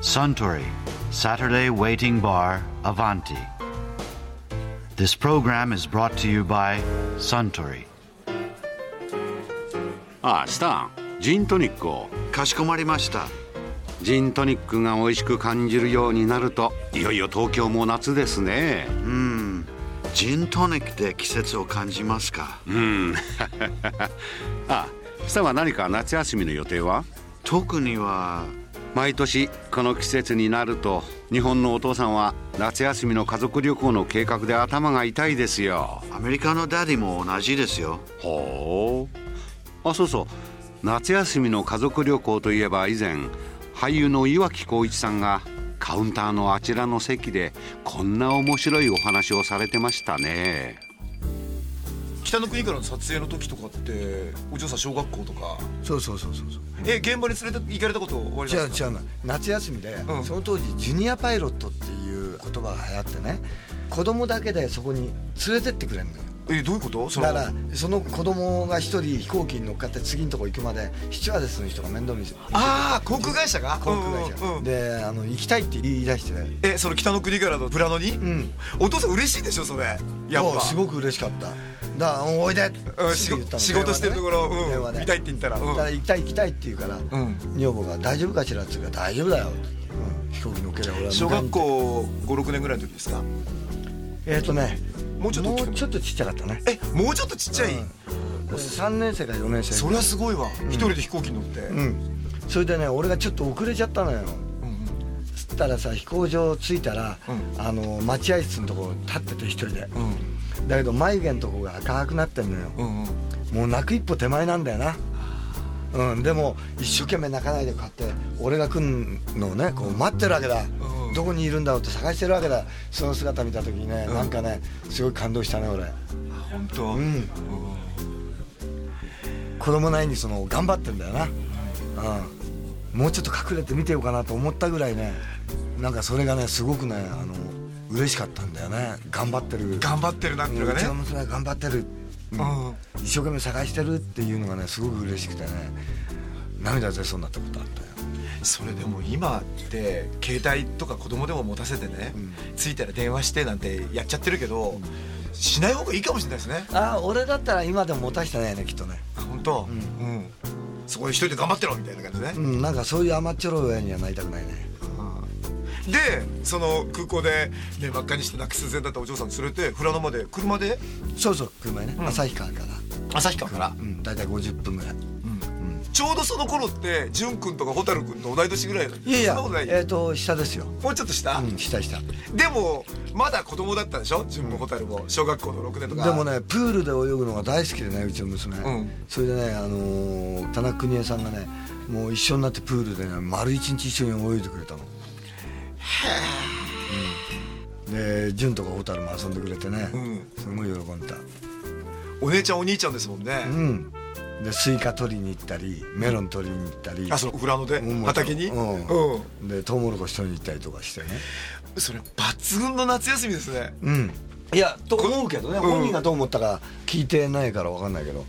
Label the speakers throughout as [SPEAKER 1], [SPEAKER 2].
[SPEAKER 1] Suntory Saturday Waiting Bar Avanti. This program is brought to you by Suntory.
[SPEAKER 2] ああスタンジントニックを
[SPEAKER 3] かしこまりました
[SPEAKER 2] ジントニックが美味しく感じるようになるといよいよ東京も夏ですね
[SPEAKER 3] ジントニックで季節を感じますか、
[SPEAKER 2] ああスタンは何か夏休みの予定は
[SPEAKER 3] 特には
[SPEAKER 2] 毎年この季節になると日本のお父さんは夏休みの家族旅行の計画で頭が痛いですよ
[SPEAKER 3] アメリカのダディも同じですよ
[SPEAKER 2] ほうあそうそう夏休みの家族旅行といえば以前俳優の岩城浩一さんがカウンターのあちらの席でこんな面白いお話をされてましたね
[SPEAKER 4] 北の国からの撮影の時とかってお嬢さん小学校とか
[SPEAKER 5] そうそうそうそうそう
[SPEAKER 4] え現場に連れて行かれたことおあり
[SPEAKER 5] 違
[SPEAKER 4] ま
[SPEAKER 5] う
[SPEAKER 4] すか
[SPEAKER 5] 違うの夏休みで、
[SPEAKER 4] ん
[SPEAKER 5] その当時ジュニアパイロットっていう言葉が流行ってね子供だけでそこに連れてってくれるのよ
[SPEAKER 4] えどういうことその
[SPEAKER 5] だからその子供が一人飛行機に乗っかって次のとこ行くまでスチュワーデスの人が面倒見せる
[SPEAKER 4] ああ航空会社が
[SPEAKER 5] 航空会社、
[SPEAKER 4] うんうんうん
[SPEAKER 5] であの行きたいって言い出してね
[SPEAKER 4] えその北の国からのプラノに、
[SPEAKER 5] ん
[SPEAKER 4] お父さん嬉しいでしょそれやっ
[SPEAKER 5] もう
[SPEAKER 4] ぱ
[SPEAKER 5] すごく嬉しかっただからおいで
[SPEAKER 4] うん
[SPEAKER 5] すぐ言ったの
[SPEAKER 4] 仕事してるところうん
[SPEAKER 5] 電話で
[SPEAKER 4] 見たいって言ったらうん
[SPEAKER 5] だから行きたい行きたいって言うから、
[SPEAKER 4] ん
[SPEAKER 5] 女房が大丈夫かしらって言うから大丈夫だよって、うん飛行機乗っけりゃ俺は
[SPEAKER 4] 小学校56年ぐらいの時ですか
[SPEAKER 5] えっ、とね
[SPEAKER 4] もうちょっと大きくなる
[SPEAKER 5] ちょっとちっちゃかったね
[SPEAKER 4] えもうちょっとちっちゃい、
[SPEAKER 5] 3年生か4年生
[SPEAKER 4] それはすごいわ一、人で飛行機乗って、
[SPEAKER 5] うんそれでね俺がちょっと遅れちゃったのよそしたらさ飛行場着いたら、あの待合室のところに立ってて一人で、だけど眉毛のところが赤くなってんのよ、
[SPEAKER 4] うんうん
[SPEAKER 5] もう泣く一歩手前なんだよなうんでも一生懸命泣かないでこうやって俺が来んのをねこう待ってるわけだ、
[SPEAKER 4] うん
[SPEAKER 5] どこにいるんだろうって探してるわけだその姿見た時にね、なんかねすごい感動したね俺
[SPEAKER 4] 本当、
[SPEAKER 5] うん子供なりにその頑張ってんだよな、うん、もうちょっと隠れて見てようかなと思ったぐらいねなんかそれがねすごくねあの嬉しかったんだよね頑張ってる
[SPEAKER 4] 頑張ってるなっていうの
[SPEAKER 5] う
[SPEAKER 4] が
[SPEAKER 5] ち
[SPEAKER 4] ね
[SPEAKER 5] の娘が頑張ってる、うん
[SPEAKER 4] うん
[SPEAKER 5] 一生懸命探してるっていうのがねすごく嬉しくてね涙出そうになったことあったよ
[SPEAKER 4] それでも今って携帯とか子供でも持たせてね、着いたら電話してなんてやっちゃってるけど、しない方がいいかもしれないですね
[SPEAKER 5] ああ俺だったら今でも持たしてないねきっとね
[SPEAKER 4] 本当うん、そこで一人で頑張ってろみたいな感じで
[SPEAKER 5] う
[SPEAKER 4] ね、
[SPEAKER 5] んなんかそういう甘っちょろい親にはなりたくないね
[SPEAKER 4] でその空港でね真っ赤にして泣く寸前だったお嬢さん連れて富良野まで車で
[SPEAKER 5] そうそう車ね、旭川から、
[SPEAKER 4] 旭川から、
[SPEAKER 5] うん、大体50分ぐらい
[SPEAKER 4] ちょうどその頃って淳君とか蛍君と同い年ぐらいだ
[SPEAKER 5] いやいや
[SPEAKER 4] そんなことない
[SPEAKER 5] えっ、と下ですよ
[SPEAKER 4] もうちょっと下、
[SPEAKER 5] うん下下
[SPEAKER 4] でもまだ子供だったでしょ淳も蛍も小学校の6年とか
[SPEAKER 5] でもねプールで泳ぐのが大好きでねうちの娘、
[SPEAKER 4] うん
[SPEAKER 5] それでね、あのー田中邦衛さんがねもう一緒になってプールでね丸一日一緒に泳いでくれたのへえ、うん、で潤とか蛍も遊んでくれてね、
[SPEAKER 4] うん
[SPEAKER 5] すごい喜んだ
[SPEAKER 4] お姉ちゃんお兄ちゃんですもんね、
[SPEAKER 5] うんでスイカ取りに行ったりメロン取りに行ったり
[SPEAKER 4] あその富良野で
[SPEAKER 5] うん
[SPEAKER 4] 畑に
[SPEAKER 5] うん
[SPEAKER 4] うん
[SPEAKER 5] でトウモロコシ取りに行ったりとかしてね
[SPEAKER 4] それ抜群の夏休みですね
[SPEAKER 5] うんいやと思うけど
[SPEAKER 4] う
[SPEAKER 5] ね、
[SPEAKER 4] ん
[SPEAKER 5] 本人がどう思ったか聞いてないから分かんないけど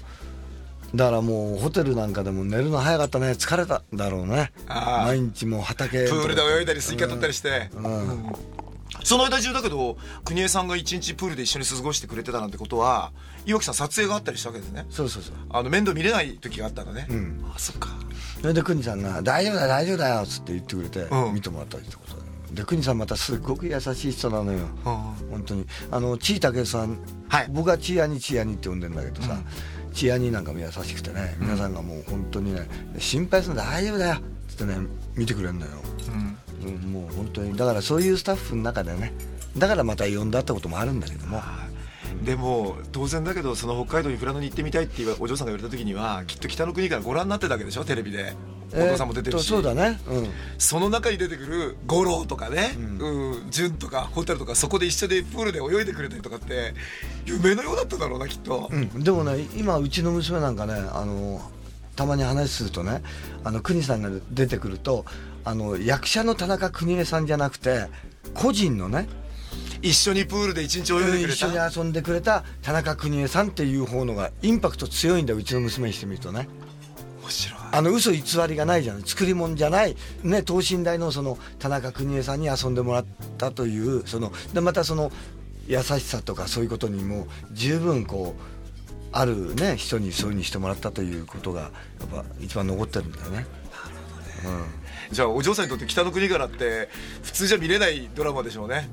[SPEAKER 5] だからもうホテルなんかでも寝るの早かったね疲れたんだろうね
[SPEAKER 4] あー
[SPEAKER 5] 毎日もう畑
[SPEAKER 4] プールで泳いだりスイカ取ったりして、
[SPEAKER 5] うん
[SPEAKER 4] その間中だけど国枝さんが一日プールで一緒に過ごしてくれてたなんてことは岩木さん撮影があったりしたわけですね
[SPEAKER 5] そうそうそう
[SPEAKER 4] あの面倒見れない時があったのね、
[SPEAKER 5] ん
[SPEAKER 4] あそっか
[SPEAKER 5] それで邦さんが「大丈夫だよ大丈夫だよ」っつって言ってくれて、
[SPEAKER 4] うん
[SPEAKER 5] 見てもらったりってことだよで邦さんまたすっごく優しい人なのよ、
[SPEAKER 4] うん
[SPEAKER 5] 本当にあのちいたけさん、
[SPEAKER 4] はい
[SPEAKER 5] 僕はちいあにちいあにって呼んでんだけどさ、ちいあになんかも優しくてね皆さんがもう本当にね心配するの大丈夫だよっつってね見てくれるのよ、うんもう本当にだからそういうスタッフの中でねだからまた呼んだってこともあるんだけども
[SPEAKER 4] でも当然だけどその北海道に富良野に行ってみたいって言わお嬢さんが言われた時にはきっと北の国からご覧になってたわけでしょテレビでお父さんも出てるし、
[SPEAKER 5] えーっとそうだねうん
[SPEAKER 4] その中に出てくる五郎とかね、うん、純とかホタルとかそこで一緒でプールで泳いでくれたりとかって夢のようだっただろうなきっと、
[SPEAKER 5] うん、でもね今うちの娘なんかねあのたまに話するとねあの邦さんが出てくるとあの役者の田中邦衛さんじゃなくて個人のね
[SPEAKER 4] 一緒にプールで一日泳いでく
[SPEAKER 5] 一
[SPEAKER 4] れた、
[SPEAKER 5] 緒に遊んでくれた田中邦衛さんっていう方のがインパクト強いんだうちの娘にしてみるとね
[SPEAKER 4] 面白い
[SPEAKER 5] あの嘘偽りがないじゃない作り物じゃない、ね、等身大のその田中邦衛さんに遊んでもらったというそのでまたその優しさとかそういうことにも十分こうある、ね、人にそういうふうにしてもらったということがやっぱ一番残ってるんだよね。
[SPEAKER 4] じゃあお嬢さんにとって北の国からって普通じゃ見れないドラマでしょうね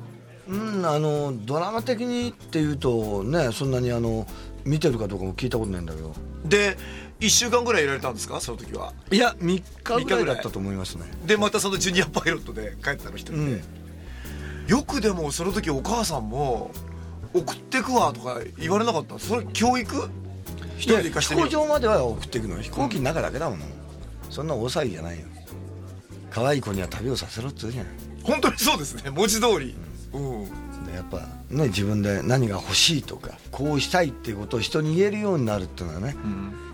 [SPEAKER 5] うん、あのドラマ的にっていうとねそんなにあの見てるかどうかも聞いたことないんだけど
[SPEAKER 4] で1週間ぐらいいられたんですかその時はい
[SPEAKER 5] や3日ぐ
[SPEAKER 4] 三日
[SPEAKER 5] ら
[SPEAKER 4] ぐ
[SPEAKER 5] い
[SPEAKER 4] ら
[SPEAKER 5] だ
[SPEAKER 4] い
[SPEAKER 5] ったと思いますね
[SPEAKER 4] でまたそのジュニアパイロットで帰ってたの一人で、
[SPEAKER 5] うん
[SPEAKER 4] よくでもその時お母さんも送ってくわとか言われなかったそれ教育一人で行かして
[SPEAKER 5] い
[SPEAKER 4] み
[SPEAKER 5] や
[SPEAKER 4] よ
[SPEAKER 5] 飛行場までは送っていくのよ飛行機の中だけだもん、そんな大騒ぎじゃないよ可愛い子には旅をさせろっつうじゃない
[SPEAKER 4] 本当にそうです ね文字通りうん、
[SPEAKER 5] でやっぱね自分で何が欲しいとかこうしたいっていうことを人に言えるようになるっていうのはね、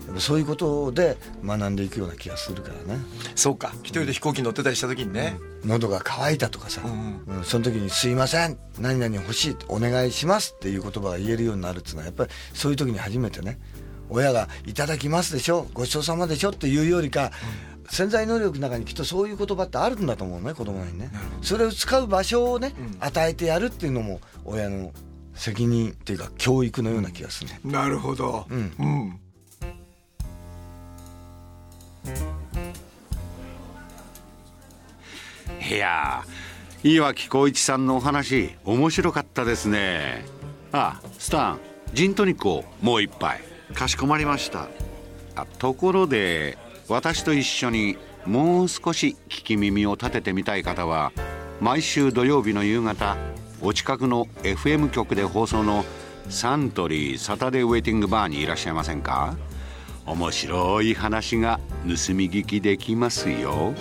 [SPEAKER 5] やっぱそういうことで学んでいくような気がするからね
[SPEAKER 4] そうか一人で飛行機に乗ってたりした時にね、
[SPEAKER 5] 喉が渇いたとかさ、
[SPEAKER 4] ん
[SPEAKER 5] うんその時に「すいません何々欲しい」「お願いします」っていう言葉が言えるようになるっていうのはやっぱりそういう時に初めてね親が「いただきますでしょ」「ごちそうさまでしょ」っていうよりか、潜在能力の中にきっとそういう言葉ってあるんだと思うね子供にねそれを使う場所をね、与えてやるっていうのも親の責任っていうか教育のような気がするね、
[SPEAKER 4] なるほどうん、
[SPEAKER 2] いやー岩城浩一さんのお話面白かったですねあスタンジントニックをもう一杯
[SPEAKER 3] かしこまりました
[SPEAKER 2] あところで私と一緒にもう少し聞き耳を立ててみたい方は毎週土曜日の夕方お近くの FM 局で放送のサントリーサタデーウェイティングバーにいらっしゃいませんか面白い話が盗み聞きできますよ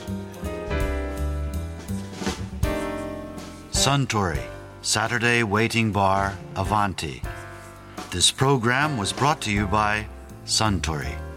[SPEAKER 1] Suntory, Saturday Waiting Bar, Avanti. This program was brought to you by Suntory.